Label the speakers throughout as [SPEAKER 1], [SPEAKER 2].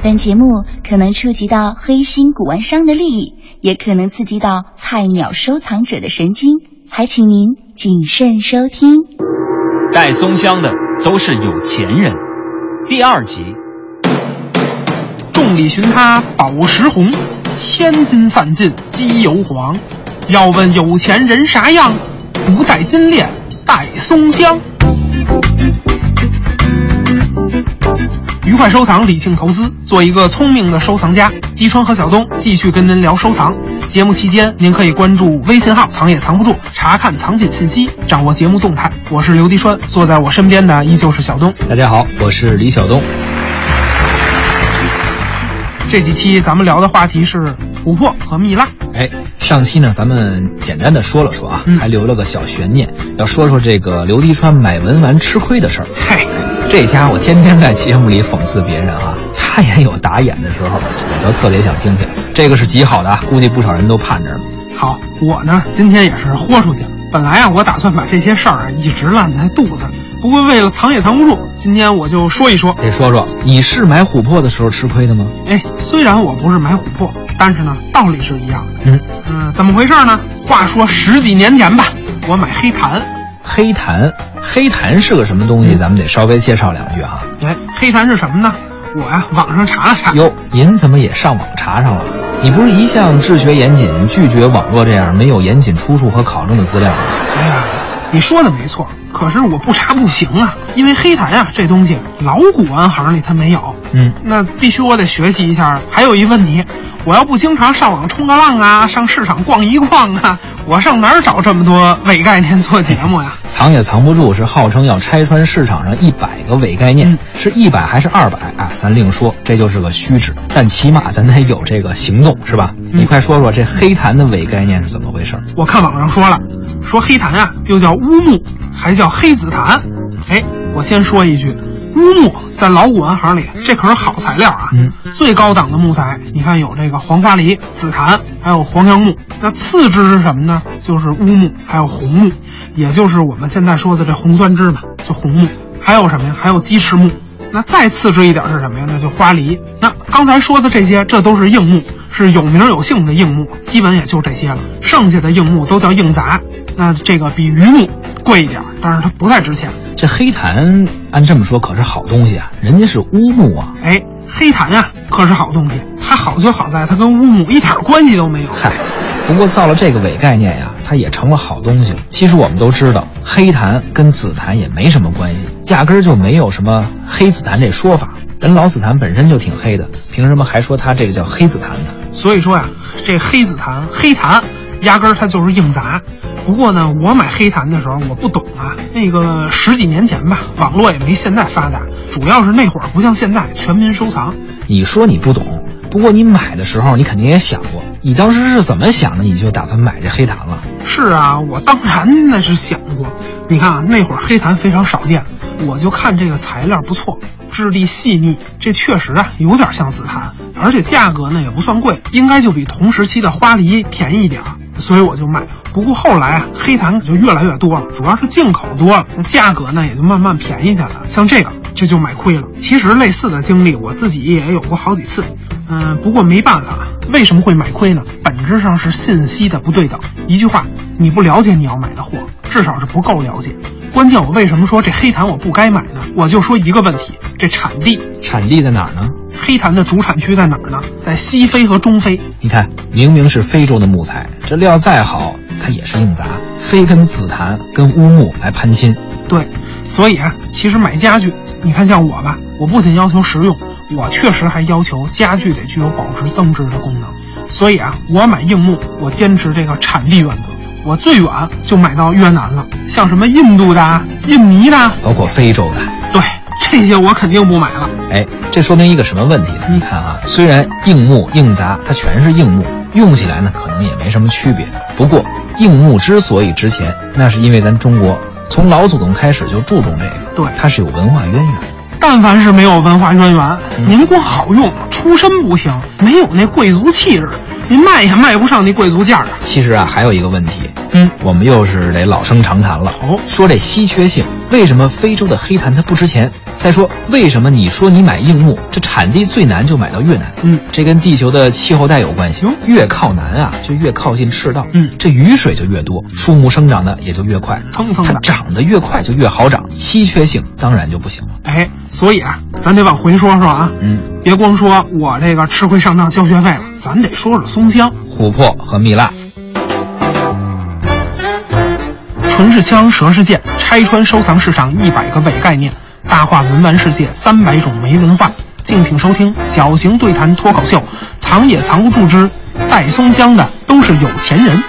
[SPEAKER 1] 本节目可能触及到黑心古玩商的利益，也可能刺激到菜鸟收藏者的神经，还请您谨慎收听。
[SPEAKER 2] 带松香的都是有钱人。第二集，
[SPEAKER 3] 众里寻他宝石红，千金散尽机油黄。要问有钱人啥样，不戴金链，戴松香。愉快收藏，理性投资，做一个聪明的收藏家。伊川和小东继续跟您聊收藏。节目期间，您可以关注微信号“藏也藏不住”，查看藏品信息，掌握节目动态。我是刘迪川，坐在我身边的依旧是小东。
[SPEAKER 4] 大家好，我是李晓东。
[SPEAKER 3] 这几期咱们聊的话题是琥珀和蜜蜡。
[SPEAKER 4] 哎，上期呢，咱们简单的说了说啊，
[SPEAKER 3] 嗯
[SPEAKER 4] 还留了个小悬念，要说说这个刘迪川买文玩吃亏的事儿。
[SPEAKER 3] 嘿，
[SPEAKER 4] 这家伙天天在节目里讽刺别人啊，他也有打眼的时候，我倒特别想听听。这个是极好的啊，估计不少人都盼着呢。
[SPEAKER 3] 好，我呢今天也是豁出去了。本来啊，我打算把这些事儿啊一直烂在肚子里，不过为了藏也藏不住，今天我就说一说。
[SPEAKER 4] 得说说，你是买琥珀的时候吃亏的吗？
[SPEAKER 3] 哎，虽然我不是买琥珀，但是呢，道理是一样的。
[SPEAKER 4] 嗯，
[SPEAKER 3] 嗯、怎么回事呢？话说十几年前吧，我买黑檀。
[SPEAKER 4] 黑檀，黑檀是个什么东
[SPEAKER 2] 嗯
[SPEAKER 4] 西？咱们得稍微介绍两句啊。
[SPEAKER 3] 哎，黑檀是什么呢？我呀、网上查了查，
[SPEAKER 4] 哟，您怎么也上网查上了？你不是一向治学严谨，拒绝网络这样没有严谨出处和考证的资料吗？
[SPEAKER 3] 哎呀，你说的没错，可是我不查不行啊，因为黑檀啊这东西老古玩行里它没有，
[SPEAKER 4] 嗯，
[SPEAKER 3] 那必须我得学习一下。啊还有一问题，我要不经常上网冲个浪啊，上市场逛一逛啊，我上哪儿找这么多伪概念做节目呀、
[SPEAKER 4] 藏也藏不住，是号称要拆穿市场上一百个伪概念，
[SPEAKER 3] 嗯
[SPEAKER 4] 是一百还是二百啊？咱另说，这就是个虚指。但起码咱得有这个行动，是吧？你快说说这黑檀的伪概念是怎么回事儿？
[SPEAKER 3] 我看网上说了，说黑檀啊又叫乌木，还叫黑紫檀。哎，我先说一句，乌木在老古玩行里这可是好材料啊，
[SPEAKER 4] 嗯
[SPEAKER 3] 最高档的木材，你看有这个黄花梨、紫檀，还有黄杨木。那次之是什么呢？就是乌木，还有红木，也就是我们现在说的这红酸枝嘛，就红木。还有什么呀？还有鸡翅木。那再次之一点是什么呀？那就花梨。那刚才说的这些，这都是硬木，是有名有姓的硬木，基本也就这些了。剩下的硬木都叫硬杂。那这个比榆木贵一点，但是它不太值钱。
[SPEAKER 4] 这黑檀按这么说可是好东西啊，人家是乌木啊。
[SPEAKER 3] 哎，黑檀啊，可是好东西，它好就好在它跟乌木一点关系都没有。
[SPEAKER 4] 嗨，不过造了这个伪概念呀，它也成了好东西了。其实我们都知道，黑檀跟紫檀也没什么关系，压根儿就没有什么黑紫檀这说法。人老紫檀本身就挺黑的，凭什么还说它这个叫黑紫檀呢？
[SPEAKER 3] 所以说呀、这黑紫檀、黑檀，压根儿它就是硬砸。不过呢，我买黑檀的时候我不懂啊，那个十几年前吧，网络也没现在发达，主要是那会儿不像现在全民收藏。
[SPEAKER 4] 你说你不懂，不过你买的时候你肯定也想过，你当时是怎么想的？你就打算买这黑檀了？
[SPEAKER 3] 是啊，我当然那是想过。你看啊，那会儿黑檀非常少见，我就看这个材料不错，质地细腻，这确实啊有点像紫檀，而且价格呢也不算贵，应该就比同时期的花梨便宜一点儿，所以我就买。不过后来啊，黑檀就越来越多了，主要是进口多了，那价格呢也就慢慢便宜下来了。像这个这就买亏了。其实类似的经历我自己也有过好几次，嗯、不过没办法，为什么会买亏呢？本质上是信息的不对等。一句话，你不了解你要买的货，至少是不够了解。关键我为什么说这黑檀我不该买呢？我就说一个问题，这产地，
[SPEAKER 4] 产地在哪儿呢？
[SPEAKER 3] 黑檀的主产区在哪儿呢？在西非和中非。
[SPEAKER 4] 你看，明明是非洲的木材，这料再好，它也是硬砸，非跟紫檀、跟乌木来攀亲。
[SPEAKER 3] 对，所以啊，其实买家具，你看像我吧，我不仅要求实用，我确实还要求家具得具有保值增值的功能。所以啊，我买硬木，我坚持这个产地原则，我最远就买到越南了，像什么印度的啊、印尼的啊，
[SPEAKER 4] 包括非洲的。
[SPEAKER 3] 对这些我肯定不买了。
[SPEAKER 4] 哎，这说明一个什么问题呢？你看啊，虽然硬木、硬砸它全是硬木，用起来呢可能也没什么区别。不过硬木之所以值钱，那是因为咱中国从老祖宗开始就注重这个，
[SPEAKER 3] 对
[SPEAKER 4] 它是有文化渊源。
[SPEAKER 3] 但凡是没有文化渊源，您光好用，出身不行，没有那贵族气质，您卖也卖不上那贵族价儿啊。
[SPEAKER 4] 其实啊，还有一个问题，
[SPEAKER 3] 嗯，
[SPEAKER 4] 我们又是得老生常谈了。
[SPEAKER 3] 哦
[SPEAKER 4] 说这稀缺性，为什么非洲的黑檀它不值钱？再说为什么你说你买硬木，这产地最南就买到越南？
[SPEAKER 3] 嗯，
[SPEAKER 4] 这跟地球的气候带有关系
[SPEAKER 3] 哟。
[SPEAKER 4] 越靠南啊，就越靠近赤道，
[SPEAKER 3] 嗯
[SPEAKER 4] 这雨水就越多，树木生长的也就越快，
[SPEAKER 3] 蹭蹭的
[SPEAKER 4] 它长得越快就越好长，稀缺性当然就不行了。
[SPEAKER 3] 哎，所以啊，咱得往回说说啊，
[SPEAKER 4] 嗯，
[SPEAKER 3] 别光说我这个吃亏上当交学费了，咱得说说松香。
[SPEAKER 4] 琥珀和蜜蜡，
[SPEAKER 3] 唇是枪，舌是剑，拆穿收藏市场一百个伪概念，大话文玩世界三百种没文化。敬请收听小型对谈脱口秀，藏也藏不住之带松香的都是有钱人。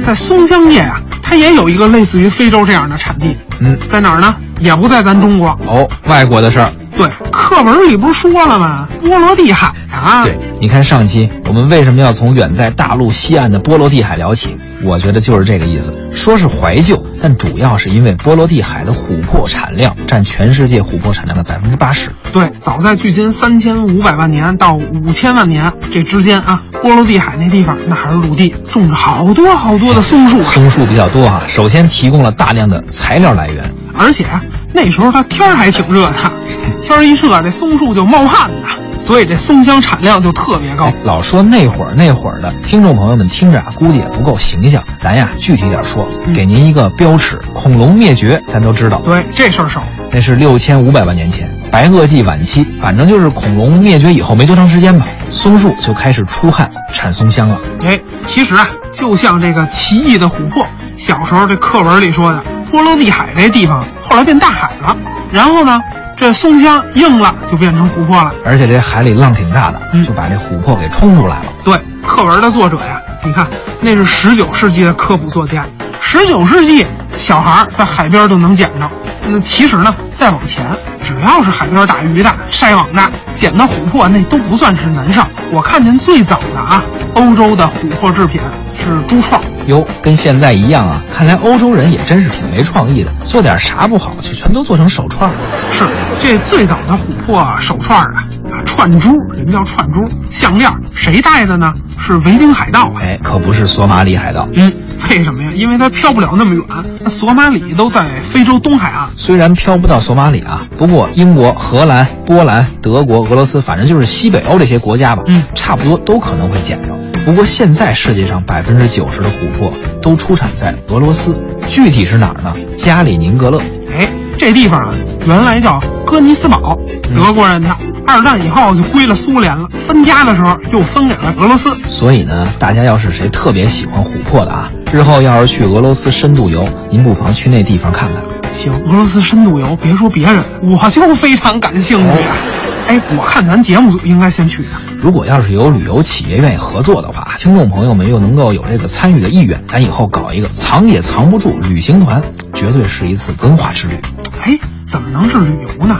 [SPEAKER 3] 在松香业啊，它也有一个类似于非洲这样的产地，
[SPEAKER 4] 嗯，
[SPEAKER 3] 在哪儿呢？也不在咱中国。
[SPEAKER 4] 哦，外国的事儿。
[SPEAKER 3] 对，课文里不是说了吗？波罗的海啊，
[SPEAKER 4] 对，你看上期我们为什么要从远在大陆西岸的波罗的海聊起？我觉得就是这个意思。说是怀旧，但主要是因为波罗的海的琥珀产量占全世界琥珀产量的百分之八十。
[SPEAKER 3] 对，早在距今三千五百万年到五千万年这之间啊，波罗的海那地方那还是陆地，种着好多好多的松树，
[SPEAKER 4] 松树比较多哈、首先提供了大量的材料来源。
[SPEAKER 3] 而且啊，那时候它天儿还挺热的，天儿一热这松树就冒汗呐，所以这松香产量就特别高
[SPEAKER 4] 哎。老说那会儿那会儿的听众朋友们听着啊，估计也不够形象。咱呀具体点说，
[SPEAKER 3] 嗯
[SPEAKER 4] 给您一个标尺，恐龙灭绝咱都知道，
[SPEAKER 3] 对，这事儿少。
[SPEAKER 4] 那是六千五百万年前，白垩纪晚期，反正就是恐龙灭绝以后没多长时间吧，松树就开始出汗产松香了。
[SPEAKER 3] 哎，其实啊，就像这个奇异的琥珀，小时候这课文里说的，波罗的海这地方后来变大海了，然后呢，这松香硬了就变成琥珀了。
[SPEAKER 4] 而且这海里浪挺大的，
[SPEAKER 3] 嗯
[SPEAKER 4] 就把这琥珀给冲出来了。
[SPEAKER 3] 对，课文的作者呀，你看那是十九世纪的科普作家。十九世纪小孩儿在海边就能捡着，那其实呢，再往前，只要是海边打鱼的、晒网的，捡到琥珀那都不算是难事儿。我看见最早的啊，欧洲的琥珀制品是珠串儿，
[SPEAKER 4] 哟，跟现在一样啊！看来欧洲人也真是挺没创意的，做点啥不好，却全都做成手串了。
[SPEAKER 3] 是这最早的琥珀手串儿啊，啊串珠，人叫串珠，项链儿谁戴的呢？是维京海盗啊。
[SPEAKER 4] 哎，可不是索马里海盗。
[SPEAKER 3] 嗯，为什么呀？因为它飘不了那么远，那索马里都在非洲东海岸。
[SPEAKER 4] 虽然飘不到索马里啊，不过英国、荷兰、波兰、德国、俄罗斯，反正就是西北欧这些国家吧，
[SPEAKER 3] 嗯
[SPEAKER 4] 差不多都可能会捡着。不过现在世界上百分之九十的琥珀都出产在俄罗斯，具体是哪儿呢？加里宁格勒。
[SPEAKER 3] 哎，这地方啊，原来叫哥尼斯堡，德国人的。二战以后就归了苏联了，分家的时候又分给了俄罗斯。
[SPEAKER 4] 所以呢，大家要是谁特别喜欢琥珀的啊，日后要是去俄罗斯深度游，您不妨去那地方看看。
[SPEAKER 3] 行，俄罗斯深度游，别说别人，我就非常感兴趣啊。哎，我看咱节目组应该先去的。
[SPEAKER 4] 如果要是有旅游企业愿意合作的话，听众朋友们又能够有这个参与的意愿，咱以后搞一个藏也藏不住旅行团，绝对是一次文化之旅。
[SPEAKER 3] 哎，怎么能是旅游呢？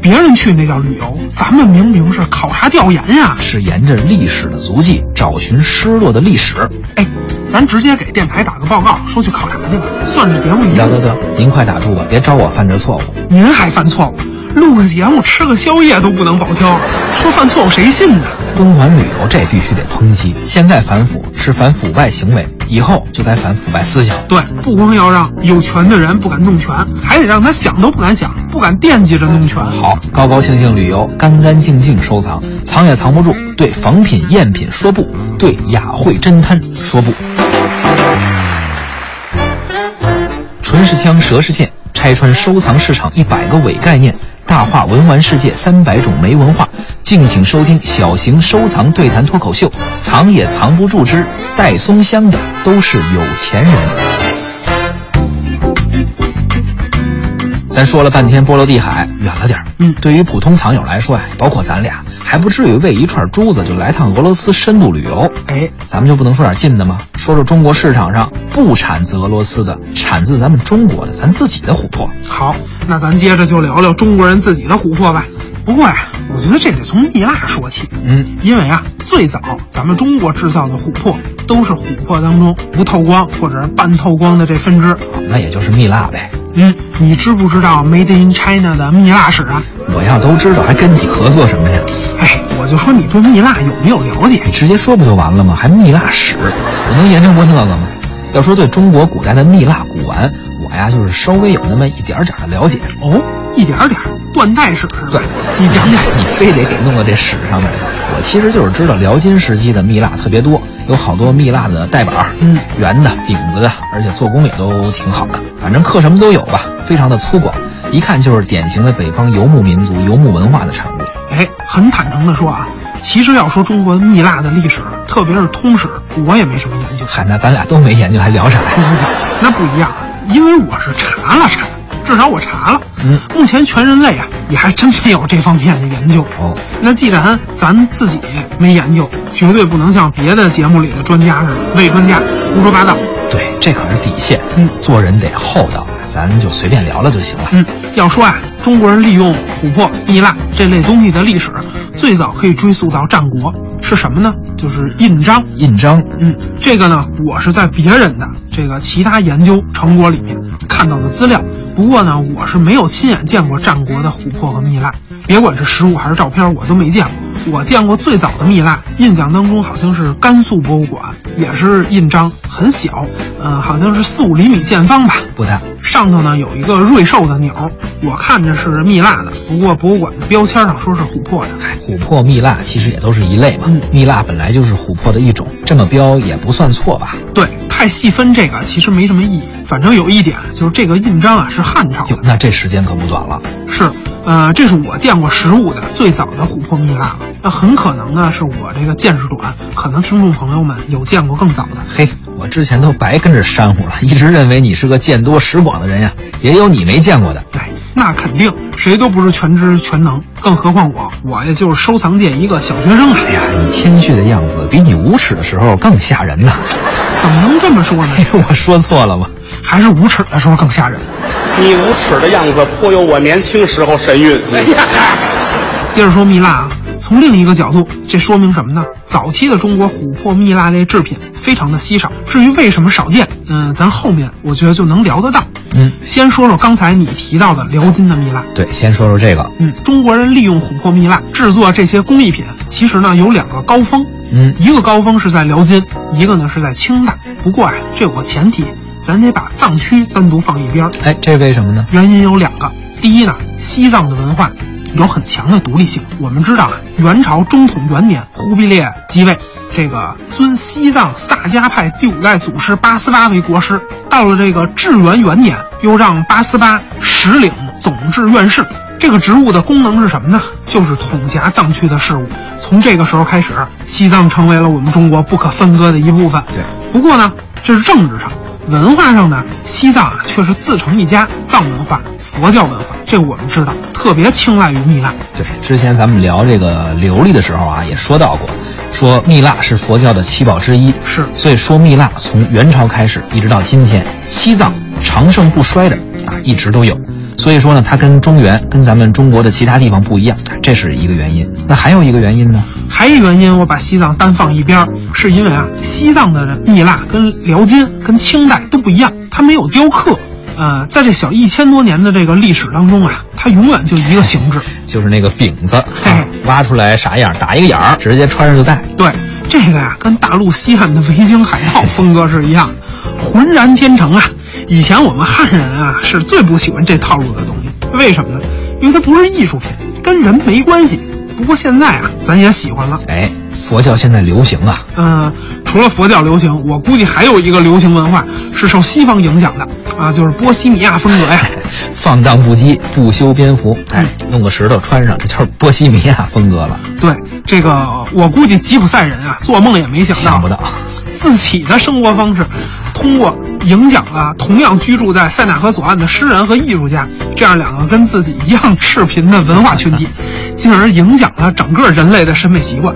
[SPEAKER 3] 别人去那叫旅游，咱们明明是考察调研呀、
[SPEAKER 4] 是沿着历史的足迹找寻失落的历史。
[SPEAKER 3] 哎，咱直接给电台打个报告，说去考察去吧，算是节目一
[SPEAKER 4] 得
[SPEAKER 3] 样。
[SPEAKER 4] 得得，您快打住吧，别招我犯这错误。
[SPEAKER 3] 您还犯错误，录个节目吃个宵夜都不能报销，说犯错误谁信呢？
[SPEAKER 4] 敦煌旅游这必须得抨击，现在反腐是反腐败行为，以后就该反腐败思想。
[SPEAKER 3] 对，不光要让有权的人不敢弄权，还得让他想都不敢想，不敢惦记着弄权。
[SPEAKER 4] 好，高高兴兴旅游，干干净净收藏，藏也藏不住。对仿品、赝品说不，对雅惠真贪说不。唇是枪，舌是剑，拆穿收藏市场一百个伪概念，大话文玩世界三百种没文化。敬请收听小型收藏对谈脱口秀，《藏也藏不住之带松香的都是有钱人》。咱说了半天波罗的海，远了点儿。
[SPEAKER 3] 嗯
[SPEAKER 4] 啊对于普通藏友来说呀，包括咱俩，还不至于为一串珠子就来趟俄罗斯深度旅游。
[SPEAKER 3] 哎，
[SPEAKER 4] 咱们就不能说点近的吗？说说中国市场上不产自俄罗斯的，产自咱们中国的，咱自己的琥珀。
[SPEAKER 3] 好，那咱接着就聊聊中国人自己的琥珀吧。不过呀，我觉得这得从蜜蜡说起，
[SPEAKER 4] 嗯，
[SPEAKER 3] 因为啊，最早咱们中国制造的琥珀都是琥珀当中不透光或者是半透光的这分支。啊
[SPEAKER 4] 那也就是蜜蜡呗。
[SPEAKER 3] 嗯，你知不知道 Made in China 的蜜蜡史啊？
[SPEAKER 4] 我要都知道，还跟你合作什么呀？
[SPEAKER 3] 哎，我就说你对蜜蜡有没有了解？
[SPEAKER 4] 你直接说不就完了吗？还蜜蜡史，我能研究过那个吗？要说对中国古代的蜜蜡古玩，我呀就是稍微有那么一点儿点儿的了解。
[SPEAKER 3] 哦，一点点儿断代史是吧
[SPEAKER 4] 对？，
[SPEAKER 3] 你讲讲。
[SPEAKER 4] 你非得给弄到这史上来。我其实就是知道辽金时期的蜜蜡特别多，有好多蜜蜡的带板儿，
[SPEAKER 3] 嗯
[SPEAKER 4] 圆的、饼子的，而且做工也都挺好的，反正刻什么都有吧，非常的粗犷，一看就是典型的北方游牧民族、游牧文化的产物。
[SPEAKER 3] 哎，很坦诚的说啊，其实要说中国蜜蜡的历史，特别是通史，我也没什么研究。
[SPEAKER 4] 嗨，那咱俩都没研究，还聊啥
[SPEAKER 3] 不
[SPEAKER 4] 呀？
[SPEAKER 3] 不不， 那不一样，因为我是查了查，至少我查了。
[SPEAKER 4] 嗯，
[SPEAKER 3] 目前全人类啊，也还真没有这方面的研究。
[SPEAKER 4] 哦，
[SPEAKER 3] 那既然咱自己没研究，绝对不能像别的节目里的专家似的为专家胡说八道。
[SPEAKER 4] 对，这可是底线，
[SPEAKER 3] 嗯
[SPEAKER 4] 做人得厚道，咱就随便聊聊就行了。
[SPEAKER 3] 嗯，要说啊，中国人利用琥珀、蜜蜡这类东西的历史，最早可以追溯到战国，是什么呢？就是印章。
[SPEAKER 4] 印章，
[SPEAKER 3] 嗯，这个呢，我是在别人的这个其他研究成果里面看到的资料。不过呢，我是没有亲眼见过战国的琥珀和蜜蜡，别管是实物还是照片，我都没见过。我见过最早的蜜蜡，印象当中好像是甘肃博物馆，也是印章，很小，呃，好像是四五厘米见方吧。
[SPEAKER 4] 不大，
[SPEAKER 3] 上头呢有一个瑞兽的鸟，我看着是蜜蜡的，不过博物馆的标签上说是琥珀的。
[SPEAKER 4] 琥珀、蜜蜡其实也都是一类嘛
[SPEAKER 3] 嗯。
[SPEAKER 4] 蜜蜡本来就是琥珀的一种，这么标也不算错吧？
[SPEAKER 3] 对，太细分这个其实没什么意义。反正有一点就是这个印章啊是汉朝
[SPEAKER 4] 哟
[SPEAKER 3] 的，，
[SPEAKER 4] 那这时间可不短了。
[SPEAKER 3] 是，呃，这是我见过实物的最早的琥珀蜜蜡了。那很可能呢是我这个见识短，可能听众朋友们有见过更早的。
[SPEAKER 4] 嘿，我之前都白跟着煽乎了，一直认为你是个见多识广的人呀，也有你没见过的。哎
[SPEAKER 3] 对，那肯定谁都不是全知全能，更何况我，我也就是收藏界一个小学生啊，
[SPEAKER 4] 哎呀，你谦虚的样子比你无耻的时候更吓人呢。
[SPEAKER 3] 怎么能这么说呢？
[SPEAKER 4] 哎，我说错了吗？
[SPEAKER 3] 还是无耻的时候更吓人。
[SPEAKER 5] 你无耻的样子颇有我年轻时候神韵。
[SPEAKER 3] 接着说蜜蜡啊，从另一个角度，这说明什么呢？早期的中国琥珀、蜜蜡类制品非常的稀少。至于为什么少见，嗯、咱后面我觉得就能聊得到。
[SPEAKER 4] 嗯，
[SPEAKER 3] 先说说刚才你提到的辽金的蜜蜡。
[SPEAKER 4] 对，先说说这个。
[SPEAKER 3] 嗯，中国人利用琥珀蜜蜡制作这些工艺品，其实呢有两个高峰，
[SPEAKER 4] 嗯，
[SPEAKER 3] 一个高峰是在辽金，一个呢是在清代。不过啊，这有个前提，咱得把藏区单独放一边儿。
[SPEAKER 4] 哎，这为什么呢？
[SPEAKER 3] 原因有两个。第一呢，西藏的文化有很强的独立性。我们知道啊，元朝中统元年，忽必烈即位，这个尊西藏萨迦派第五代祖师八思巴为国师。到了这个至元元年，又让八思巴实领总制院士。这个职务的功能是什么呢？就是统辖藏区的事务。从这个时候开始，西藏成为了我们中国不可分割的一部分。
[SPEAKER 4] 对，
[SPEAKER 3] 不过呢，这是政治上，文化上呢，西藏啊却是自成一家，藏文化、佛教文化，这我们知道，特别青睐于蜜蜡。
[SPEAKER 4] 对，之前咱们聊这个琉璃的时候啊，也说到过，说蜜蜡是佛教的七宝之一，
[SPEAKER 3] 是
[SPEAKER 4] 所以说蜜蜡从元朝开始一直到今天，西藏长盛不衰的啊，一直都有。所以说呢，它跟中原、跟咱们中国的其他地方不一样，啊这是一个原因。那还有一个原因呢？
[SPEAKER 3] 还有一原因，我把西藏单放一边儿，是因为啊，西藏的蜜蜡跟辽金、跟清代都不一样，它没有雕刻。呃，在这小一千多年的这个历史当中啊，它永远就一个形制。
[SPEAKER 4] 就是那个饼子，
[SPEAKER 3] 嘿
[SPEAKER 4] 啊挖出来啥样，打一个眼儿，直接穿上就戴。
[SPEAKER 3] 对，这个呀、跟大陆西岸的维京海盗风格是一样的，浑然天成啊！以前我们汉人啊是最不喜欢这套路的东西，为什么呢？因为它不是艺术品，跟人没关系。不过现在啊，咱也喜欢了。
[SPEAKER 4] 哎，佛教现在流行啊，
[SPEAKER 3] 嗯、除了佛教流行，我估计还有一个流行文化是受西方影响的啊，就是波西米亚风格呀。
[SPEAKER 4] 放荡不羁，不修边幅，哎，弄个石头穿上，这就是波西米亚风格了。
[SPEAKER 3] 对，这个我估计吉普赛人啊，做梦也没想到，
[SPEAKER 4] 想不到，
[SPEAKER 3] 自己的生活方式，通过影响了同样居住在塞纳河左岸的诗人和艺术家这样两个跟自己一样赤贫的文化群体，进而影响了整个人类的审美习惯。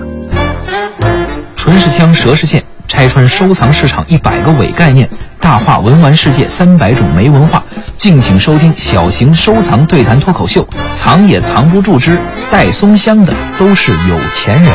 [SPEAKER 4] 唇是枪，舌是剑，拆穿收藏市场一百个伪概念，大话文玩世界三百种没文化。敬请收听小型收藏对谈脱口秀，《藏也藏不住之带松香的都是有钱人》。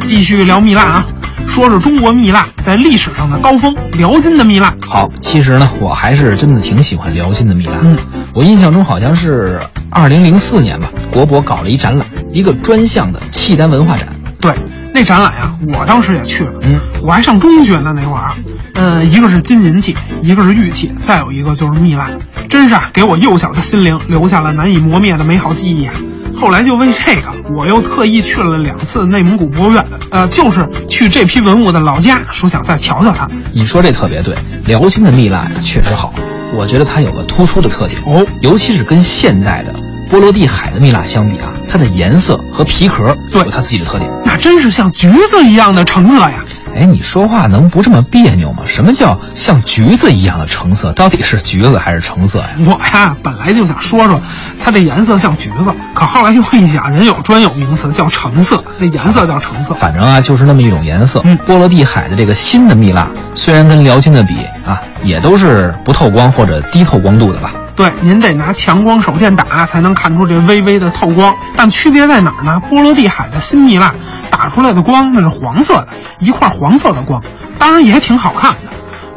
[SPEAKER 3] 继续聊蜜蜡啊，说说中国蜜蜡在历史上的高峰，辽金的蜜蜡。
[SPEAKER 4] 好，其实呢，我还是真的挺喜欢辽金的蜜蜡。
[SPEAKER 3] 嗯，
[SPEAKER 4] 我印象中好像是二零零四年吧，国博搞了一展览，一个专项的契丹文化展。
[SPEAKER 3] 对，那展览啊，我当时也去了，
[SPEAKER 4] 嗯，
[SPEAKER 3] 我还上中学呢那会儿啊，呃，一个是金银器，一个是玉器，再有一个就是蜜蜡，真是啊，给我幼小的心灵留下了难以磨灭的美好记忆啊。后来就为这个，我又特意去了两次内蒙古博物院，呃，就是去这批文物的老家，说想再瞧瞧它。
[SPEAKER 4] 你说这特别对，辽金的蜜蜡呀确实好，我觉得它有个突出的特点
[SPEAKER 3] 哦
[SPEAKER 4] 尤其是跟现代的波罗的海的蜜蜡相比啊，它的颜色和皮壳
[SPEAKER 3] 对
[SPEAKER 4] 有它自己的特点。
[SPEAKER 3] 那真是像橘子一样的橙色呀！
[SPEAKER 4] 哎，你说话能不这么别扭吗？什么叫像橘子一样的橙色？到底是橘子还是橙色呀？
[SPEAKER 3] 我呀，本来就想说说它这颜色像橘子，可后来又一想，人有专有名词叫橙色，这颜色叫橙色。
[SPEAKER 4] 反正啊，就是那么一种颜色。
[SPEAKER 3] 嗯
[SPEAKER 4] 波罗的海的这个新的蜜蜡，虽然跟辽金的比啊，也都是不透光或者低透光度的吧。
[SPEAKER 3] 对，您得拿强光手电打才能看出这微微的透光。但区别在哪儿呢？波罗的海的新蜜蜡打出来的光那是黄色的，一块黄色的光，当然也挺好看的。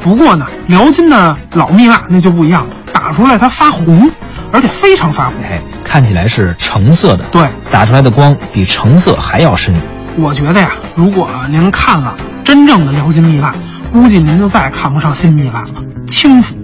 [SPEAKER 3] 不过呢，辽金的老蜜蜡那就不一样了，打出来它发红，而且非常发红。
[SPEAKER 4] 哎，看起来是橙色的，
[SPEAKER 3] 对，
[SPEAKER 4] 打出来的光比橙色还要深。
[SPEAKER 3] 我觉得呀，如果您看了真正的辽金蜜蜡，估计您就再也看不上新蜜蜡了，轻浮。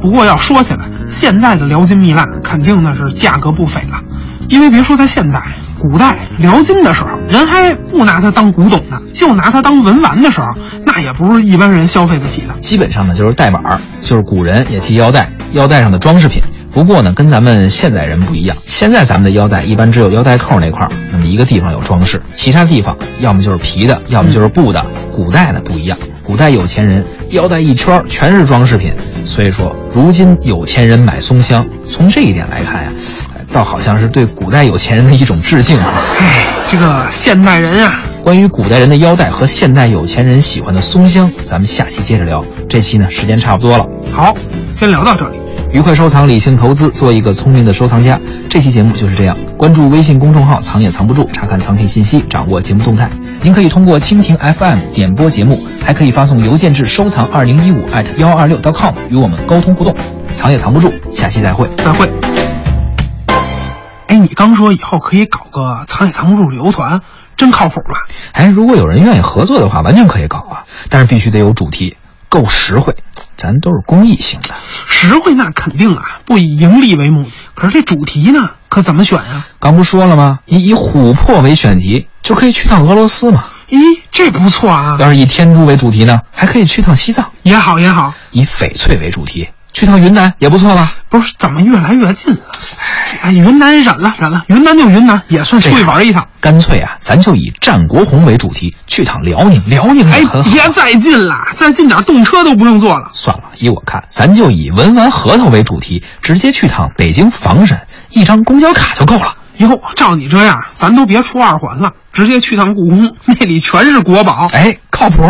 [SPEAKER 3] 不过要说起来，现在的辽金蜜蜡肯定那是价格不菲了，因为别说在现代，古代辽金的时候，人还不拿它当古董呢，就拿它当文玩的时候，那也不是一般人消费得起的。
[SPEAKER 4] 基本上呢就是带板儿，就是古人也系腰带，腰带上的装饰品。不过呢，跟咱们现代人不一样，现在咱们的腰带一般只有腰带扣那块儿那么一个地方有装饰，其他地方要么就是皮的，要么就是布的。古代呢不一样，古代有钱人腰带一圈儿全是装饰品，所以说如今有钱人买松香，从这一点来看呀、呃倒好像是对古代有钱人的一种致敬啊。
[SPEAKER 3] 唉，哎这个现代人啊，
[SPEAKER 4] 关于古代人的腰带和现代有钱人喜欢的松香，咱们下期接着聊。这期呢时间差不多了。
[SPEAKER 3] 好，先聊到这里。
[SPEAKER 4] 愉快收藏，理性投资，做一个聪明的收藏家。这期节目就是这样，关注微信公众号“藏也藏不住”，查看藏品信息，掌握节目动态。您可以通过蜻蜓 FM 点播节目，还可以发送邮件至收藏二零一五艾特幺二六 .com 与我们沟通互动。藏也藏不住，下期再会。
[SPEAKER 3] 再会。哎，你刚说以后可以搞个藏也藏不住旅游团，真靠谱了。
[SPEAKER 4] 哎，如果有人愿意合作的话，完全可以搞啊，但是必须得有主题，够实惠，咱都是公益性的。
[SPEAKER 3] 实惠那肯定啊，不以盈利为目的。可是这主题呢，可怎么选啊呀、
[SPEAKER 4] 刚不说了吗？以以琥珀为选题，就可以去趟俄罗斯嘛。
[SPEAKER 3] 咦，这不错啊，
[SPEAKER 4] 要是以天珠为主题呢，还可以去趟西藏。
[SPEAKER 3] 也好也好。
[SPEAKER 4] 以翡翠为主题，去趟云南也不错吧？
[SPEAKER 3] 不是，怎么越来越近了？哎，云南忍了忍了，云南就云南，也算出去玩一趟。
[SPEAKER 4] 干脆啊，咱就以战国红为主题，去趟辽宁，辽宁也
[SPEAKER 3] 哎
[SPEAKER 4] 很，好。
[SPEAKER 3] 别再近了，再近点动车都不用坐了。
[SPEAKER 4] 算了，依我看，咱就以文玩核桃为主题，直接去趟北京房山，一张公交卡就够了。
[SPEAKER 3] 哟，照你这样，咱都别出二环了，直接去趟故宫，那里全是国宝。
[SPEAKER 4] 哎，靠谱。